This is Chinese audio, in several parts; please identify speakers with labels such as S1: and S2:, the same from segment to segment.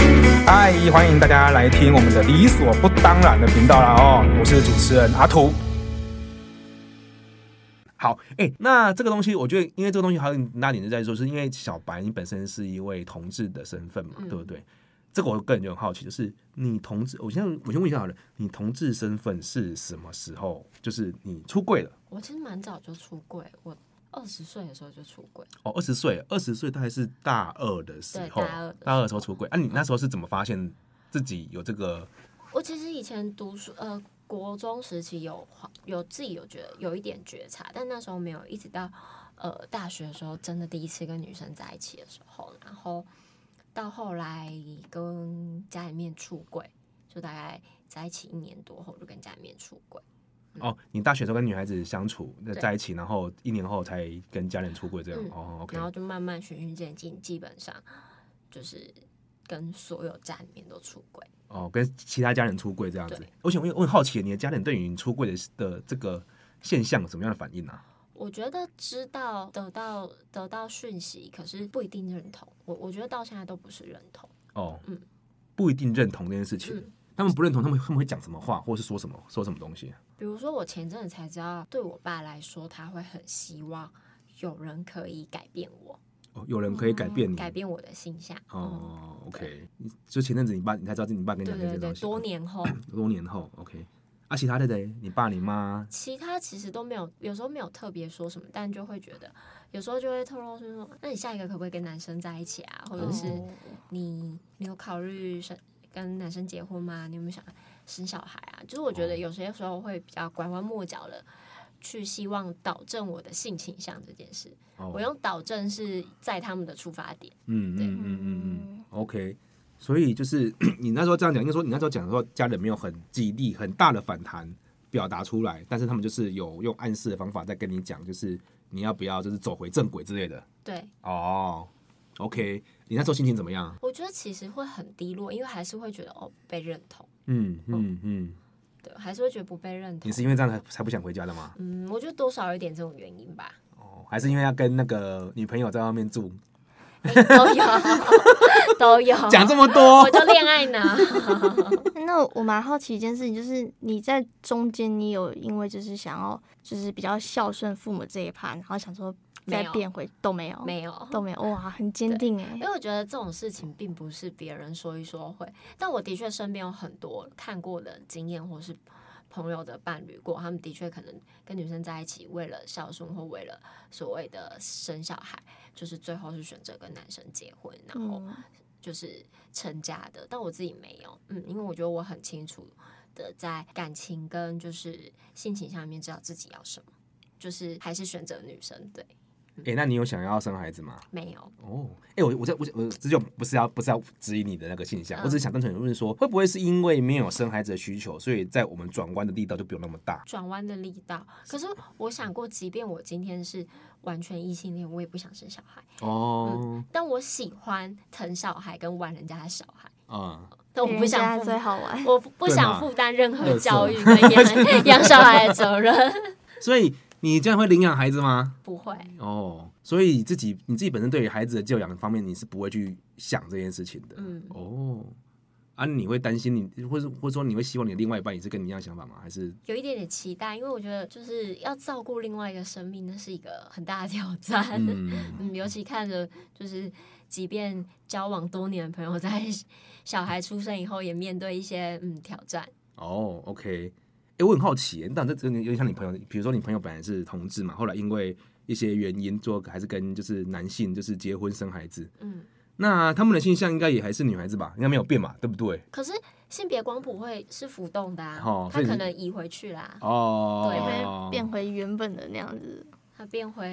S1: 集，欢迎大家来听我们的理所不当然的频道啦哦，我是主持人阿图。
S2: 好，哎、那这个东西，我觉得，因为这个东西还有那点是在说，是因为小白你本身是一位同志的身份嘛，对不
S3: 嗯
S2: 对？这个我个人就很好奇，就是你同志，我先我先问一下好了，你同志身份是什么时候？就是你出柜了
S3: 我其实蛮早就出柜，我二十岁的时候就出柜。
S2: 哦，二十岁，二十岁大概是大二的时候，
S3: 对大二的时候
S2: 时候出柜。啊，你那时候是怎么发现自己有这个？
S3: 我其实以前读书，呃，国中时期有有自己有觉得有一点觉察，但那时候没有，一直到呃大学的时候，真的第一次跟女生在一起的时候，然后到后来跟家里面出柜，就大概在一起一年多后就跟家里面出柜。
S2: 哦，你大学的时候跟女孩子相处在
S3: 嗯对
S2: 在一起，然后一年后才跟家人出柜这样。
S3: 嗯
S2: 哦，OK，
S3: 然后就慢慢循序渐进，基本上就是跟所有家里面都出轨。
S2: 哦，跟其他家人出柜这样子
S3: 对。
S2: 我想问，我很好奇，你的家人对于你出柜的的这个现象有什么样的反应啊？
S3: 我觉得知道得到得到讯息，可是不一定认同。我我觉得到现在都不是认同。
S2: 哦，
S3: 嗯
S2: 不一定认同这件事情。
S3: 嗯
S2: 他们不认同，他们他们会讲什么话，或是说什么说什么东西？啊
S3: 比如说，我前阵子才知道，对我爸来说，他会很希望有人可以改变我，
S2: 哦，有人可以改变你。
S3: 嗯改变我的形象。嗯，
S2: 哦，OK，你就前阵子你爸，你才知道你爸跟你
S3: 对
S2: 讲这
S3: 对
S2: 些
S3: 对
S2: 东，西。
S3: 多年后，
S2: 多年后，OK。啊，其他的嘞，你爸你妈
S3: 其他其实都没有，有时候没有特别说什么，但就会觉得，有时候就会透露出说，那你下一个可不可以跟男生在一起啊？或者是
S2: 哦
S3: 你你有考虑生跟男生结婚吗？你有没有想生小孩啊？就是我觉
S2: 哦
S3: 得有些时候会比较拐弯抹角的去希望导正我的性倾向这件事。
S2: 哦
S3: 我用导正是在他们的出发点，
S2: 嗯嗯
S3: 对
S2: 嗯嗯嗯，OK。所以就是 你那时候这样讲，应该说你那时候讲说家人没有很激励很大的反弹表达出来，但是他们就是有用暗示的方法在跟你讲，就是你要不要就是走回正轨之类的。
S3: 对
S2: 哦，OK，你那时候心情怎么样？
S3: 我觉得其实会很低落，因为还是会觉得哦被认同，
S2: 嗯嗯嗯，
S3: 对，还是会觉得不被认同
S2: 你。是因为这样才才不想回家的吗？
S3: 嗯，我觉得多少有一点这种原因吧。
S2: 哦，还是因为要跟那个女朋友在外面住？
S3: 欸都有，都有。
S2: 讲这么多
S3: 哦我，就恋爱脑，
S4: 那我蛮好奇一件事情，就是你在中间，你有因为就是想要就是比较孝顺父母这一趴，然后想说
S3: 没
S4: 再
S3: 有
S4: 变回都没有，
S3: 没有。
S4: 都没有，哇，很坚定哎
S3: 因。为我觉得这种事情并不是别人说一说会，但我的确身边有很多看过的经验，或是朋友的伴侣过，他们的确可能跟女生在一起，为了孝顺或为了所谓的生小孩，就是最后是选择跟男生结婚，然后
S4: 嗯，
S3: 就是成家的，但我自己没有，嗯，因为我觉得我很清楚的在感情跟就是性情上面知道自己要什么，就是还是选择女生，对，
S2: 哎、那你有想要生孩子吗？
S3: 没有，
S2: 哦，哎、我我在我我这就不是要不是要质疑你的那个现象，
S3: 嗯
S2: 我只是想单纯地问说，会不会是因为没有生孩子的需求，所以在我们转弯的力道就不用那么大？
S3: 转弯的力道。可是我想过，即便我今天是完全异性恋，我也不想生小孩，
S2: 哦，
S3: 但我喜欢疼小孩跟玩人家的小孩，
S2: 嗯，
S3: 但我不
S4: 别人家
S3: 想负
S4: 最好 玩。
S3: 我不不
S2: 对
S3: 想
S2: 嘛
S3: 负担任
S2: 垃
S3: 何
S2: 圾
S3: 教育跟养 养小孩的责任，
S2: 所以你这样会领养孩子吗？
S3: 不会，
S2: 哦，所以自己你自己本身对于孩子的教养方面，你是不会去想这件事情的。
S3: 嗯。
S2: 哦，啊，你会担心你，或者或者说你会希望你的另外一半也是跟你一样想法吗？还是
S3: 有一点点期待，因为我觉得就是要照顾另外一个生命，那是一个很大的挑战。嗯，
S2: 嗯
S3: 尤其看着就是，即便交往多年的朋友，在小孩出生以后，也面对一些嗯挑战。
S2: 哦，OK，哎、我很好奇耶，但这真的有点像你朋友，比如说你朋友本来是同志嘛，后来因为一些原因，做还是跟就是男性就是结婚生孩子，
S3: 嗯，
S2: 那他们的性向应该也还是女孩子吧，应该没有变嘛，对不对？
S3: 可是性别光谱会是浮动的啊，
S2: 哦
S3: 它
S2: 所以
S3: 可
S2: 你
S3: 能移回去啦，
S2: 哦，
S3: 对
S4: 会变回原本的那样子，
S3: 它变回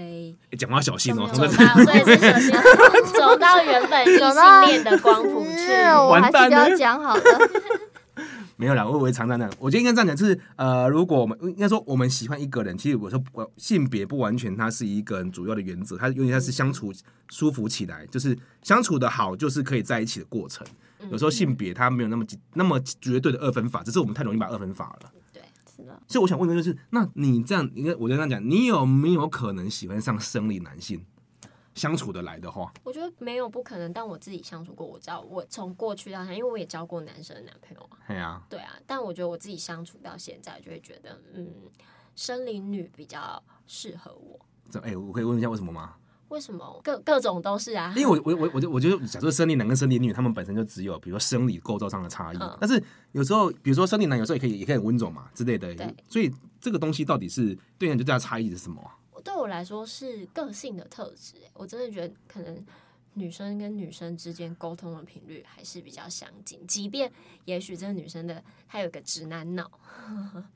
S2: 诶讲话小心哦、
S4: 怎
S3: 走
S4: 么
S2: 真
S3: 到，
S2: 的
S3: 所以是首先 走到原本异性恋的光 谱去。
S4: 是，我还
S2: 完蛋
S4: 是不
S2: 了
S4: 要讲好了。
S2: 没有啦，我以为常常那样，我觉得应该这样讲，就是呃，如果我们应该说我们喜欢一个人，其实我说不性别不完全，它是一个很主要的原则，它有点像是相处舒服起来，就是相处的好，就是可以在一起的过程。有时候性别它没有那么那么绝对的二分法，只是我们太容易把二分法了。
S4: 是的，
S2: 所以我想问的就是，那你这样，应该我就这样讲，你有没有可能喜欢上生理男性？相处得来的话，
S3: 我觉得没有不可能，但我自己相处过，我知道我从过去到现在，因为我也交过男生的男朋友啊，
S2: 哎呀、
S3: 对啊，但我觉得我自己相处到现在，就会觉得嗯，生理女比较适合我。
S2: 这哎、我可以问一下为什么吗？
S3: 为什么各各种都是啊？
S2: 因为我我我我就我觉得，假设生理男跟生理女，他们本身就只有比如说生理构造上的差异，
S3: 嗯
S2: 但是有时候，比如说生理男有时候也可以也可以很温柔嘛之类的
S3: 对，
S2: 所以这个东西到底是对人就大家差异是什么啊、
S3: 对我来说是个性的特质欸，我真的觉得可能女生跟女生之间沟通的频率还是比较相近，即便也许这个女生的她有一个直男脑，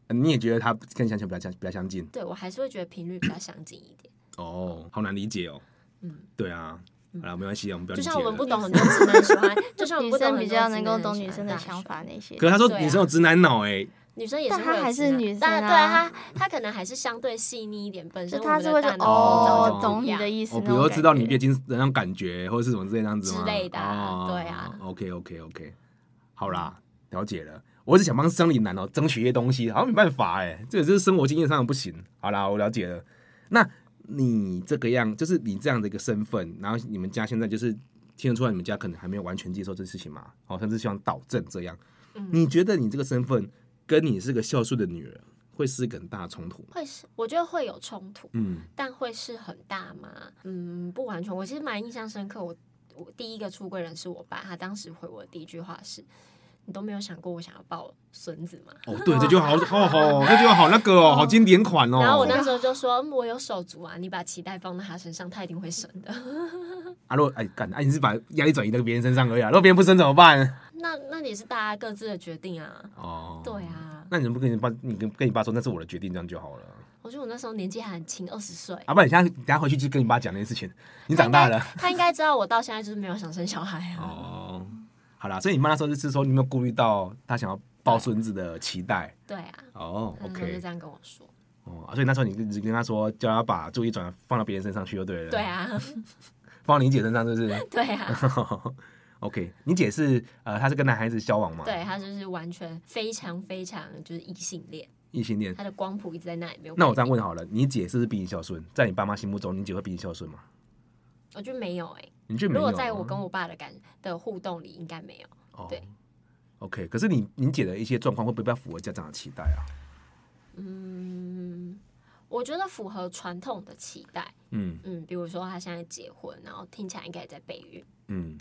S2: 呃你也觉得他跟香香比较相比较相近
S3: 对我还是会觉得频率比较相近一点。
S2: 哦，好难理解哦。
S3: 嗯，
S2: 对啊，好了，没关系，我们不要
S3: 就
S2: 理解
S3: 像我们不
S2: 了。
S3: 懂很多直男喜欢， 就像我们
S4: 女
S3: 不懂
S4: 生
S3: 很
S4: 比
S3: 多
S4: 较
S3: 直
S4: 能够
S3: 男
S4: 懂
S3: 喜
S4: 女
S3: 欢
S4: 生的
S3: 大
S4: 想
S3: 学
S4: 法，那些
S2: 可。是他说
S3: 对啊
S2: 女生有直男脑哎、
S3: 女生也是
S4: 但
S3: 会有直
S4: 她
S3: 男，
S4: 还是女生
S3: 但
S4: 啊
S3: 对啊，她她可能还是相对细腻一点，本
S4: 就
S3: 身
S4: 他是
S3: 我
S4: 会
S3: 们
S4: 说
S3: 的大脑构造
S4: 哦
S3: 就，不
S4: 懂
S3: 一
S4: 你
S3: 样
S4: 的意思
S2: 我
S4: 那
S2: 比
S4: 种感觉，
S2: 如说知道你 月经的那种感觉，或者是什么之类那样子吗
S3: 之类的啊
S2: 哦
S3: 对啊
S2: ，OK OK OK，好啦，了解了。我只想帮生理男哦争取一些东西，好像没办法哎、这个就是生活经验上的不行。好啦，我了解了。那你这个样，就是你这样的一个身份，然后你们家现在就是听得出来，你们家可能还没有完全接受这事情嘛，哦，甚至希望导正这样。
S3: 嗯
S2: 你觉得你这个身份跟你是个孝顺的女儿，会是一个很大的冲突吗？
S3: 会是我觉得会有冲突，
S2: 嗯，
S3: 但会是很大吗？嗯，不完全。我其实蛮印象深刻，我我第一个出柜人是我爸，他当时回我的第一句话是：“你都没有想过我想要抱孙子吗？”
S2: 哦，对，这句 话好好好，这句话好那个哦，好经典款哦。
S3: 然后我那时 候就说：“嗯我有手足啊，你把期待放在他身上，他一定会生的。
S2: 啊，如果哎干，哎、你是把压力转移到别人身上而已、啊，如果别人不生怎么办？
S3: 那”那也是大家各自的决定啊。
S2: 哦，
S3: 对。啊，
S2: 那你怎么不跟你爸，你跟跟你爸说那是我的决定，这样就好了。
S3: 我觉得我那时候年纪还很轻，二十岁。
S2: 啊，不然你现在等下回去就跟你爸讲那件事情，你长大了。
S3: 他应该知道我到现在就是没有想生小孩啊。
S2: 哦，好啦，所以你妈那时候就是说，你有没有顾虑到他想要抱孙子的期待？
S3: 对啊，
S2: 哦
S3: 他那时候就
S2: ，OK，
S3: 这样跟我说。
S2: 哦，啊所以那时候你一直跟他说，叫他把注意转放到别人身上去就对了。
S3: 对，啊，
S2: 放到你姐身上是不是 哦
S3: 对啊，
S2: ？OK，你姐是呃，她是跟男孩子交往吗？
S3: 对，他就是完全非常非常就是异性恋，
S2: 异性恋。
S3: 他的光谱一直在那里没有改变。
S2: 那我这样问好了，你姐是不是比你孝顺？在你爸妈心目中，你姐会比你孝顺吗？
S3: 我觉得没有哎、
S2: 你觉得没
S3: 如
S2: 有啊？
S3: 果在我跟我爸的感的互动里，应该没有。
S2: 哦
S3: 对
S2: ，OK，可是你你姐的一些状况会不会符合家长的期待啊？
S3: 嗯，我觉得符合传统的期待。
S2: 嗯
S3: 嗯，比如说他现在结婚，然后听起来应该也在备孕，
S2: 嗯，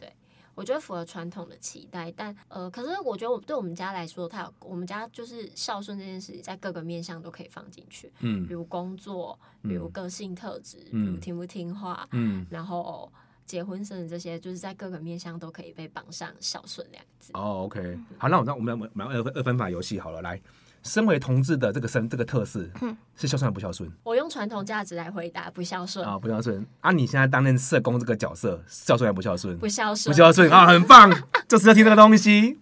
S3: 我觉得符合传统的期待。但呃，可是我觉得我对我们家来说，他有我们家就是孝顺这件事，在各个面向都可以放进去，
S2: 嗯
S3: 比如工作，
S2: 嗯
S3: 比如个性特质，
S2: 嗯
S3: 比如听不听话，
S2: 嗯，
S3: 然后。结婚生子这些，就是在各个面向都可以被绑上“孝顺”两个字。
S2: 哦，OK，好，那我那我们我们玩二分二分法游戏好了，来，身为同志的这个身这个特色
S4: 嗯，
S2: 是孝顺还不孝顺
S3: 我用传统价值来回答，不孝顺，
S2: 啊？不孝顺啊！你现在担任社工这个角色，孝顺还不孝顺？
S3: 不孝顺，
S2: 不孝顺啊，很棒， 就是要听这个东西。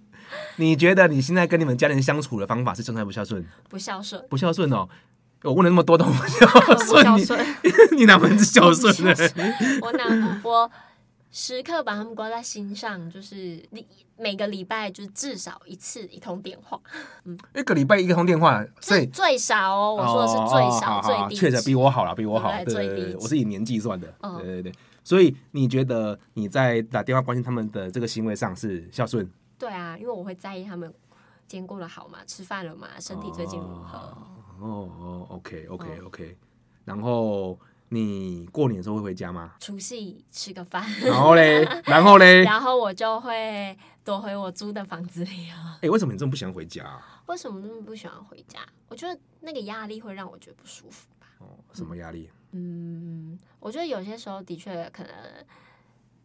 S2: 你觉得你现在跟你们家人相处的方法是孝顺还不孝顺？
S3: 不孝顺，
S2: 不孝顺哦。我问了那么多都不 孝顺，
S4: 孝
S2: 你
S4: 顺，
S2: 你 哪门子 孝顺欸呢？
S3: 我拿我时刻把他们挂在心上，就是你每个礼拜就至少一次一通电话，
S2: 一个礼拜一个通电话，所
S3: 最
S2: 以
S3: 最少哦，我说的是
S2: 哦
S3: 最
S2: 好好
S3: 少
S2: 好
S3: 最
S2: 确
S3: 低
S2: 实
S3: 值，
S2: 比我好了，比我好，对
S3: 对
S2: 对
S3: 最低
S2: 对，
S3: 值
S2: 我是以年纪算的，
S3: 嗯
S2: 对对对。所以你觉得你在打电话关心他们的这个行为上是孝顺？
S3: 对啊，因为我会在意他们今天过得好吗？吃饭了吗？身体最近如何？？
S2: 哦哦，OK OK OK。然后你过年的时候会回家吗
S3: 除夕吃个饭，
S2: 然后嘞，然后嘞，
S3: 然后我就会躲回我租的房子里啊。
S2: 哎，为什么你这么不喜欢回家啊？
S3: 为什么那么不喜欢回家？我觉得那个压力会让我觉得不舒服吧。
S2: 哦，什么压力？
S3: 嗯，我觉得有些时候的确可能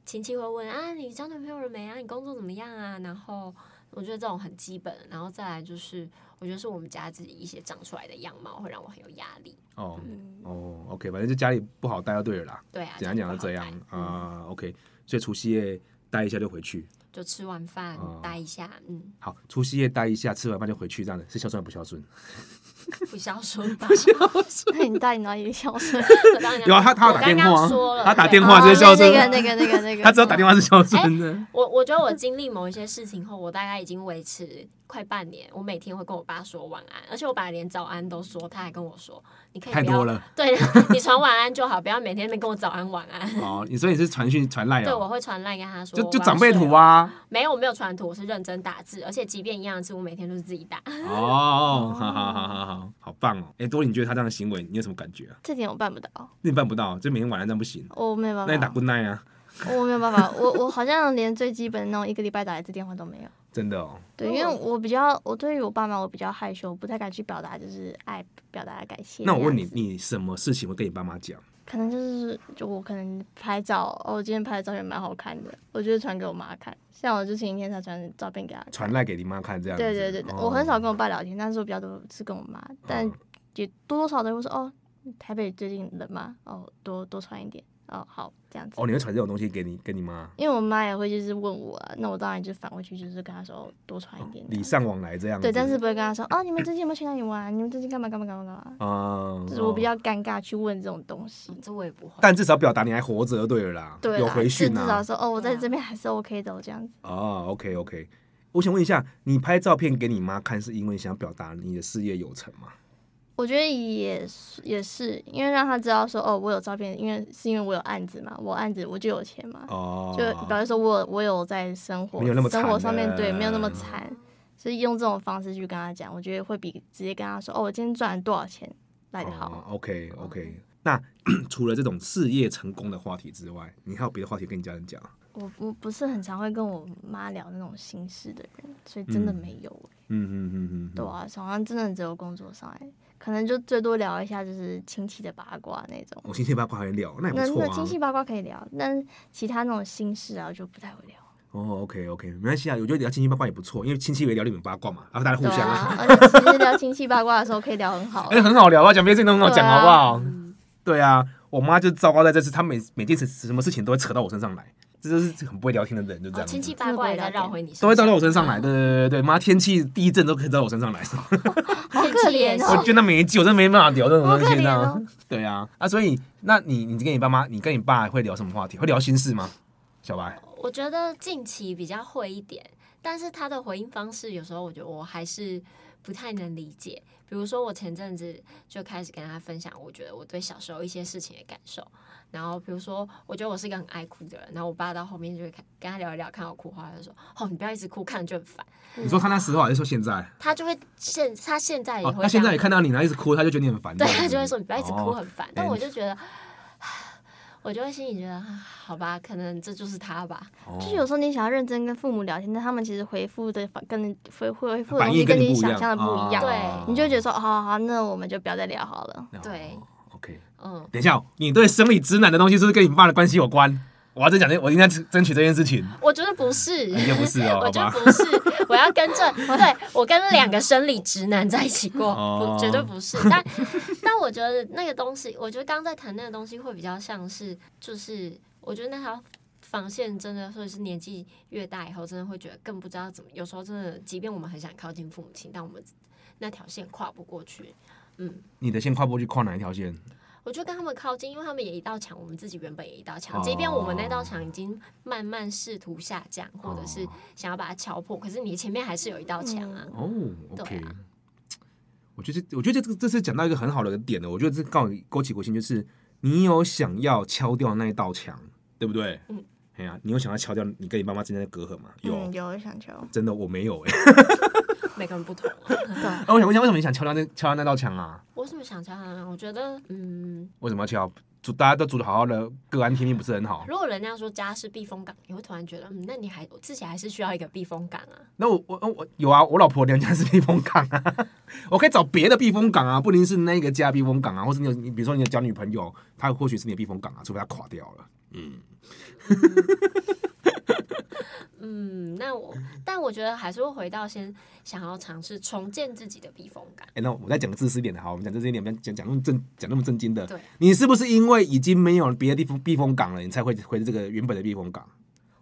S3: 亲戚会问啊，你交男朋友了没啊？你工作怎么样啊？然后我觉得这种很基本，然后再来就是我觉得是我们家自己一些长出来的样貌会让我很有压力。
S2: 哦
S4: 嗯
S2: 哦，OK，反正就家里不好待就对了啦。
S3: 对啊，
S2: 简单讲就这样
S3: 不好带嗯
S2: 啊，OK。所以除夕夜待一下就回去，
S3: 就吃完饭
S2: 哦
S3: 待一下，嗯，
S2: 好，除夕夜待一下，吃完饭就回去，这样的是孝顺还不孝顺？
S3: 不孝顺 吧？
S4: 那你到底哪里孝顺？
S3: 我当然
S2: 有啊他他有
S3: 我
S2: 打
S3: 刚
S2: 电
S3: 刚
S2: 话啊
S3: 说了
S2: 他打
S3: 对
S2: 电话
S3: 哦
S2: 直接孝顺
S4: 那个那个那个那 个，
S2: 他只要打电话是孝顺的。
S3: 我我觉得我经历某一些事情后，我大概已经维持快半年，我每天会跟我爸说晚安，而且我爸连早安都说，他还跟我说，你可以
S2: 太
S3: 不
S2: 多
S3: 要
S2: 了
S3: 对，你传晚安就好，不要每天在那边跟我早安晚安。
S2: 哦，你所以你是传讯传赖
S3: 对，我
S2: 哦，
S3: 会传烂跟他说，
S2: 就就
S3: 我要
S2: 长辈
S3: 睡
S2: 图
S3: 了。
S2: 啊，
S3: 没有，我没有传图，我是认真打字，而且即便一样的字，我每天都是自己打。
S2: 哦，好好好好好，好棒哦！哎，多林，你觉得他这样的行为，你有什么感觉啊？
S4: 这点我办不到，
S2: 那你办不到，就每天晚上这样不行，
S4: 我没有办
S2: 那你打
S4: 法，
S2: good night 啊，
S4: 我没有办法，我我好像连最基本的那种一个礼拜打一次电话都没有。
S2: 真的哦，
S4: 对，因为我比较，我对于我爸妈，我比较害羞，不太敢去表达，就是爱表达感谢。
S2: 那我问你，，你什么事情会跟你爸妈讲？
S4: 可能就是就我可能拍照，哦，我今天拍的照片蛮好看的，我就会传给我妈看。像我就前一天才传照片给她看。
S2: 传赖给你妈看这样子？
S4: 对对对对，
S2: 哦
S4: 我很少跟我爸聊天，但是我比较多是跟我妈，但也多多少少都会说哦，台北最近冷吗？哦，多多穿一点。哦，好，这样子。
S2: 哦，你会传这种东西给你跟你妈，
S4: 因为我妈也会就是问我、啊，那我当然就返回去，就是跟她说哦多穿一点这样
S2: 礼尚往来这样子。
S4: 对，但是不会跟她说哦，你们最近有没有去哪里玩？啊你们最近干嘛干嘛干嘛干嘛？
S2: 啊，
S4: 就是我比
S2: 哦，
S4: 较尴尬去问这种东西。
S3: 这我也不会。
S2: 但至少表达你还活着就对了啦，
S4: 对啦，
S2: 有回
S4: 就
S2: 讯
S4: 至少
S2: 啊。
S4: 说哦，我
S3: 对啊
S4: 在这边还是 OK 的，我这样子。
S2: 哦，OK OK，我想问一下，你拍照片给你妈看，是因为你想表达你的事业有成吗？
S4: 我觉得也是，也是因为让他知道说哦，我有照片，因为是因为我有案子嘛，我案子我就有钱嘛，
S2: 哦，
S4: 就表示说我有我有在生活
S2: 没有那么
S4: 生活
S2: 惨
S4: 上面
S2: 的
S4: 对没有那么惨，所以用这种方式去跟他讲，我觉得会比直接跟他说哦，我今天赚了多少钱来的好。嗯
S2: 哦、OK OK，那 除了这种事业成功的话题之外，你还有别的话题跟你家人讲？
S4: 我我不是很常会跟我妈聊那种心事的人，所以真的
S2: 嗯
S4: 没有、
S2: 嗯嗯嗯嗯，
S4: 对啊，好像真的只有工作上哎，可能就最多聊一下就是亲戚的八卦那种。
S2: 我星期八嗯卦还聊，那也
S4: 那
S2: 不错
S4: 那
S2: 啊。
S4: 亲戚八卦可以聊，但其他那种心事啊，我就不太会聊。
S2: 哦，OK OK，没关系啊，我觉得聊亲戚八卦也不错，因为亲戚也聊你们八卦嘛，然后大家互
S4: 对
S2: 相
S4: 啊
S2: 啊，，
S4: 而且其实聊亲戚八卦的时候可以聊很好
S2: 哎、。很好聊啊，讲别的事情都很好讲，
S4: 对啊
S2: 好不好？
S3: 嗯，
S2: 对啊，我妈就糟糕在这次，她每每件事什么事情都会扯到我身上来，这就是很不会聊天的人，就这
S3: 哦
S2: 样子。
S3: 亲戚八卦也在绕回你身上，
S2: 都会倒到我身上啊来，对对对对对，妈天气第一阵都可以到我身 上来，
S4: 好可
S3: 亲
S4: 怜
S3: 戚也
S4: 哦
S2: 我
S3: 是
S2: 觉得那每一集我真的没办法聊这种
S4: 好
S2: 东
S4: 可
S2: 西
S4: 怜
S2: 呢
S4: 哦。，
S2: 对啊，啊，所以那你你跟你爸妈，你跟你爸会聊什么话题？会聊心事吗？小白，
S3: 我觉得近期比较会一点，但是他的回应方式有时候我觉得我还是不太能理解。比如说，我前阵子就开始跟他分享，我觉得我对小时候一些事情的感受。然后，比如说，我觉得我是一个很爱哭的人，然后我爸到后面就会看跟他聊一聊，看我哭，后来就说：“哦，你不要一直哭，看了就很烦。
S2: 你说他那时候还是说现在？”
S3: 他就会现他现在也
S2: 哦
S3: 哎会、，
S2: 他现在也看到你，然后一直哭，他就觉得你很烦。
S3: 对
S2: 这样
S3: 他
S2: 子
S3: 就会说你不要一直哭
S2: 哦
S3: 很烦，但我就觉得，我就会心里觉得，啊好吧，可能这就是他吧。
S2: 哦
S4: 就是有时候你想要认真跟父母聊天，但他们其实回复的反跟回回复的
S2: 反
S4: 东
S2: 应
S4: 西跟
S2: 跟
S4: 你
S2: 不一
S4: 想
S2: 样
S4: 象的不一样，
S2: 哦
S4: 你就会觉得说，哦好好好，那我们就不要再聊好了。
S2: 哦
S3: 对
S2: OK，
S3: 嗯，
S2: 等一下哦，你对生理直男的东西是不是跟你爸的关系有关？我要真讲这，我应该争取这件事 情。
S3: 我觉得 不是，
S2: 应该不是哦
S3: 我觉
S2: 好吧嗯
S3: 得不是，我要跟这，对我跟两个生理直男在一起过，
S2: 哦
S3: 不绝对不是。但 但我觉得那个东西，我觉得刚在谈那个东西会比较像是，就是我觉得那条防线真的，或者是年纪越大以后，真的会觉得更不知道怎么，有时候真的，即便我们很想靠近父母亲，但我们那条线跨不过去。嗯，
S2: 你的线跨过去跨哪一条线？
S3: 我就跟他们靠近，因为他们也一道墙，我们自己原本也一道
S2: 哦
S3: 墙。即便我们那道墙已经慢慢试图下降，或者是
S2: 哦
S3: 想要把它敲破，可是你前面还是有一道墙啊。
S2: 哦，OK，、
S3: 对啊
S2: 我觉得这我觉得这个这次讲到一个很好的点了，我觉得这告诉你勾起国心就是你有想要敲掉那一道墙，对不对？
S3: 嗯，
S2: 哎呀、你有想要敲掉你跟你爸妈之间的隔阂吗？有，
S4: 嗯，有想求。
S2: 真的我没有哎、
S3: 每个人不 同、
S4: 对，
S2: 啊我想问一下，为什么你想敲掉那敲掉那道墙啊？
S3: 我怎么想敲啊？我觉得，嗯，
S2: 为什么要敲？主大家都住的好好的，各安天命不是很好。
S3: 如果人家说家是避风港，你会突然觉得，嗯，那你还自己还是需要一个避风港啊。
S2: 那我我我有啊，我老婆娘家是避风港啊， 我可以找别的避风港啊，不一定是那个家避风港啊，或是你有你比如说你有交女朋友，她或许是你的避风港啊，除非她垮掉了。
S3: 嗯，那我，但我觉得还是会回到先想要尝试重建自己的避风港。
S2: 哎、那我再讲个自私一点的，好，我们讲自私一点，我们讲讲那么正讲那么正经的。
S3: 对，
S2: 你是不是因为已经没有别的地方避风港了，你才会回这个原本的避风港？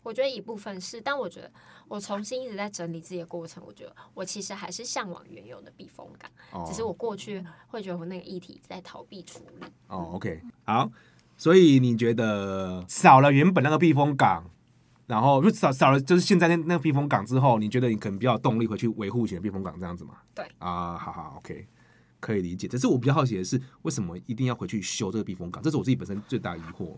S3: 我觉得一部分是，但我觉得我重新一直在整理自己的过程，我觉得我其实还是向往原有的避风港，
S2: 哦，
S3: 只是我过去会觉得我那个议题在逃避处理。
S2: 哦，OK，好，所以你觉得少了原本那个避风港，然后就少少了就是现在那那个避风港之后，你觉得你可能比较有动力回去维护以前的避风港这样子嘛？
S3: 对
S2: 啊，好好，OK，可以理解。只是我比较好奇的是，为什么一定要回去修这个避风港？这是我自己本身最大的疑惑。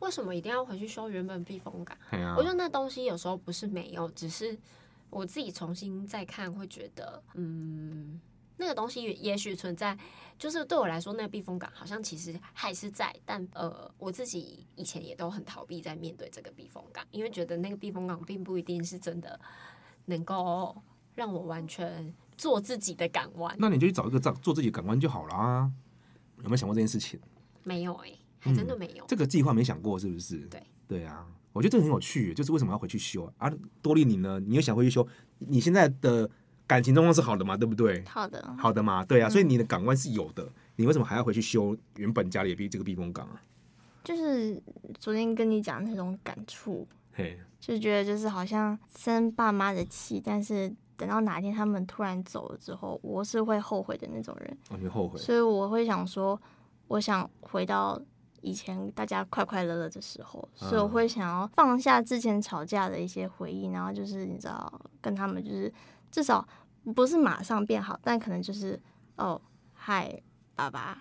S3: 为什么一定要回去修原本避风港？
S2: 哎呀、
S3: 我觉得那东西有时候不是没有，只是我自己重新再看会觉得，嗯，那个东西也许存在，就是对我来说，那个避风港好像其实还是在，但呃，我自己以前也都很逃避在面对这个避风港，因为觉得那个避风港并不一定是真的能够让我完全做自己的港湾，
S2: 那你就去找一个做做自己的港湾就好啦。有没有想过这件事情？
S3: 没有诶、还真的没有。
S2: 这个计划没想过是不是？
S3: 对，
S2: 对啊，我觉得这个很有趣，就是为什么要回去修啊？多利你呢？你又想回去修？你现在的感情状况是好的嘛？对不对？
S4: 好的，
S2: 好的嘛，对
S4: 嗯
S2: 啊，所以你的港湾是有的，你为什么还要回去修原本家里的避这个避风港啊？
S4: 就是昨天跟你讲的那种感触，
S2: 嘿，
S4: 就觉得就是好像生爸妈的气，但是等到哪天他们突然走了之后，我是会后悔的那种人，
S2: 哦，你会后悔？
S4: 所以我会想说，我想回到以前大家快快乐乐的时候，
S2: 嗯
S4: 所以我会想要放下之前吵架的一些回忆，然后就是你知道跟他们就是至少不是马上变好，但可能就是哦嗨爸爸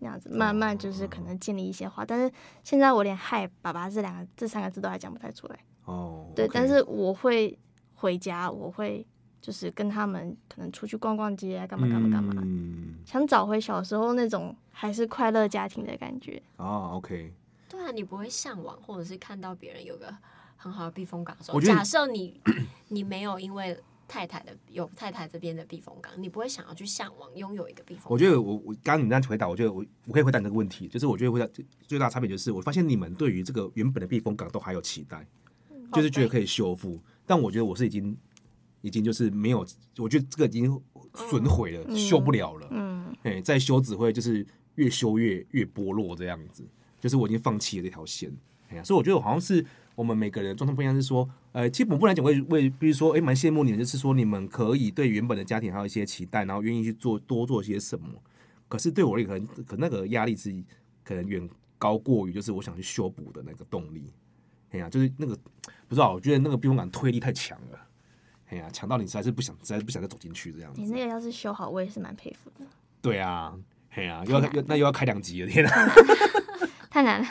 S4: 那样子，慢慢就是可能建立一些话，但是现在我连嗨爸爸这两个这三个字都还讲不太出来。
S2: 哦，
S4: 对
S2: OK
S4: 但是我会回家，我会就是跟他们可能出去逛逛街啊，干嘛干嘛干嘛，
S2: 嗯，
S4: 想找回小时候那种还是快乐家庭的感觉。
S2: 哦，OK，
S3: 对啊，你不会向往，或者是看到别人有个很好的避风港的时候，
S2: 我觉得
S3: 假设你你没有因为太太的有太太这边的避风港，你不会想要去向往拥有一个避风港。
S2: 我觉得我我刚刚你那样回答，我觉得我我可以回答你这个问题，就是我觉得回答最最大的差别就是，我发现你们对于这个原本的避风港都还有期待，
S4: 嗯哦
S2: 就是觉得可以修复，但我觉得我是已经已经就是没有，我觉得这个已经损毁了，
S4: 嗯
S2: 修不了了，
S4: 嗯，
S2: 哎、再修只会就是越修越越剥落这样子，就是我已经放弃了这条线。哎呀，所以我觉得我好像是我们每个人的状态不一样，是说，呃，其实我不来讲，我也我也比如说，哎、蛮羡慕你的，就是说你们可以对原本的家庭还有一些期待，然后愿意去做多做些什么。可是对我而言，可能可能那个压力是可能远高过于就是我想去修补的那个动力。哎呀，就是那个不知道，我觉得那个避风港推力太强了。哎呀，强到你实在是不想，实在是不想再走进去这样子。
S4: 你那个要是修好，我也是蛮佩服的，
S2: 对啊，嘿啊，又要又那又要开两集了，天啊！
S4: 太难了。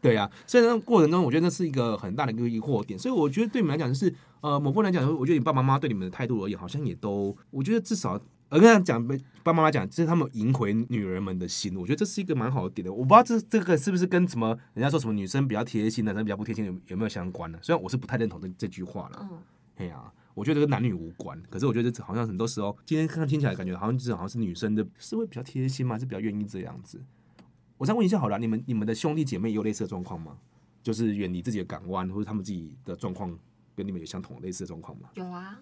S2: 对啊，所以那过程中，我觉得那是一个很大的一个疑惑点。所以我觉得对你们来讲，就是呃，某部分来讲，我觉得你爸爸妈妈对你们的态度而言，好像也都，我觉得至少。呃，跟他讲，爸爸妈妈讲，这是他们赢回女人们的心，我觉得这是一个蛮好的点的。我不知道这这个是不是跟什么人家说什么女生比较贴心，男生比较不贴心有有没有相关呢？虽然我是不太认同这这句话了，
S3: 嗯，
S2: 哎呀、我觉得跟男女无关，可是我觉得这好像很多时候，今天看听起来感觉好像就是好像是女生的是会比较贴心嘛，还是比较愿意这样子。我再问一下好了，你们你们的兄弟姐妹有类似的状况吗？就是远离自己的港湾，或者他们自己的状况跟你们有相同类似的状况吗？
S3: 有啊，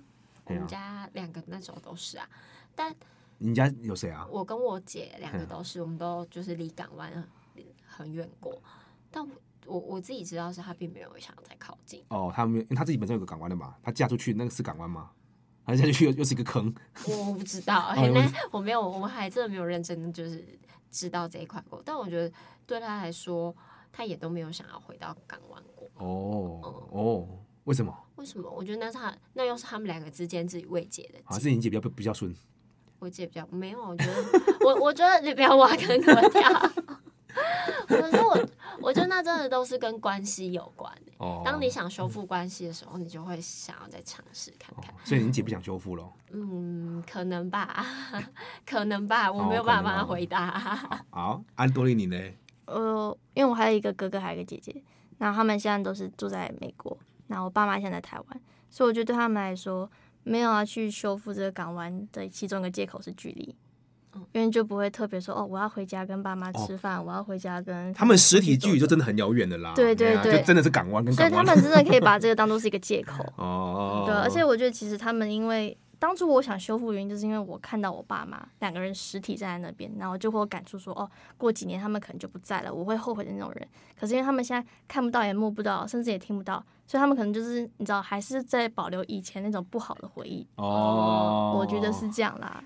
S3: 我
S2: 对啊
S3: 们家两个那时候都是啊，但
S2: 你家有谁啊？
S3: 我跟我姐两个
S2: 嗯
S3: 都是，我们都就是离港湾很很远过，但我我我自己知道是她并没有想要再靠近。
S2: 哦，他们因为他自己本身有个港湾的嘛，他嫁出去那个是港湾吗？他嫁出去又又是一个坑，
S3: 我不知道，
S2: 哦
S3: 原
S2: 你
S3: 来我没有，我还真的没有认真地就是知道这一块过。但我觉得对他来说，他也都没有想要回到港湾过。
S2: 哦哦，为什么？
S3: 为什么？我觉得那是他，那又是他们两个之间自己未解的
S2: 好像
S3: 结。
S2: 啊是你姐比较比较顺，
S3: 我姐比较没有，我觉得 我我觉得你不要挖坑给我跳。可是我我觉得那真的都是跟关系有关、欸。
S2: 哦
S3: 当你想修复关系的时候，你就会想要再尝试看
S2: 哦
S3: 看。，
S2: 所以你姐不想修复咯。
S3: 嗯，可能吧， 可能吧，我
S2: 哦
S3: 没有
S2: 可
S3: 办法
S2: 能
S3: 帮他
S2: 哦
S3: 回答。
S2: 好，安多利你呢？
S4: 呃，因为我还有一个哥哥，还有一个姐姐，然后他们现在都是住在美国，然后我爸妈现在在台湾，所以我觉得对他们来说，没有要去修复这个港湾的其中一个借口是距离
S3: 嗯，
S4: 因为就不会特别说哦，我要回家跟爸妈
S2: 哦
S4: 吃饭，我要回家跟
S2: 他们实体距离就真的很遥远的啦，
S4: 对对
S2: 啊
S4: 对
S2: 就真的是港湾跟
S4: 所以
S2: 港
S4: 他
S2: 湾。
S4: 们真的可以把这个当做是一个借口。
S2: 哦，
S4: 对，而且我觉得其实他们因为当初我想修复原因，就是因为我看到我爸妈两个人实体站在那边，然后就会有感触说，哦，过几年他们可能就不在了，我会后悔的那种人。可是因为他们现在看不到，也摸不到，甚至也听不到，所以他们可能就是你知道，还是在保留以前那种不好的回忆。
S2: 哦，
S4: 我觉得是这样啦。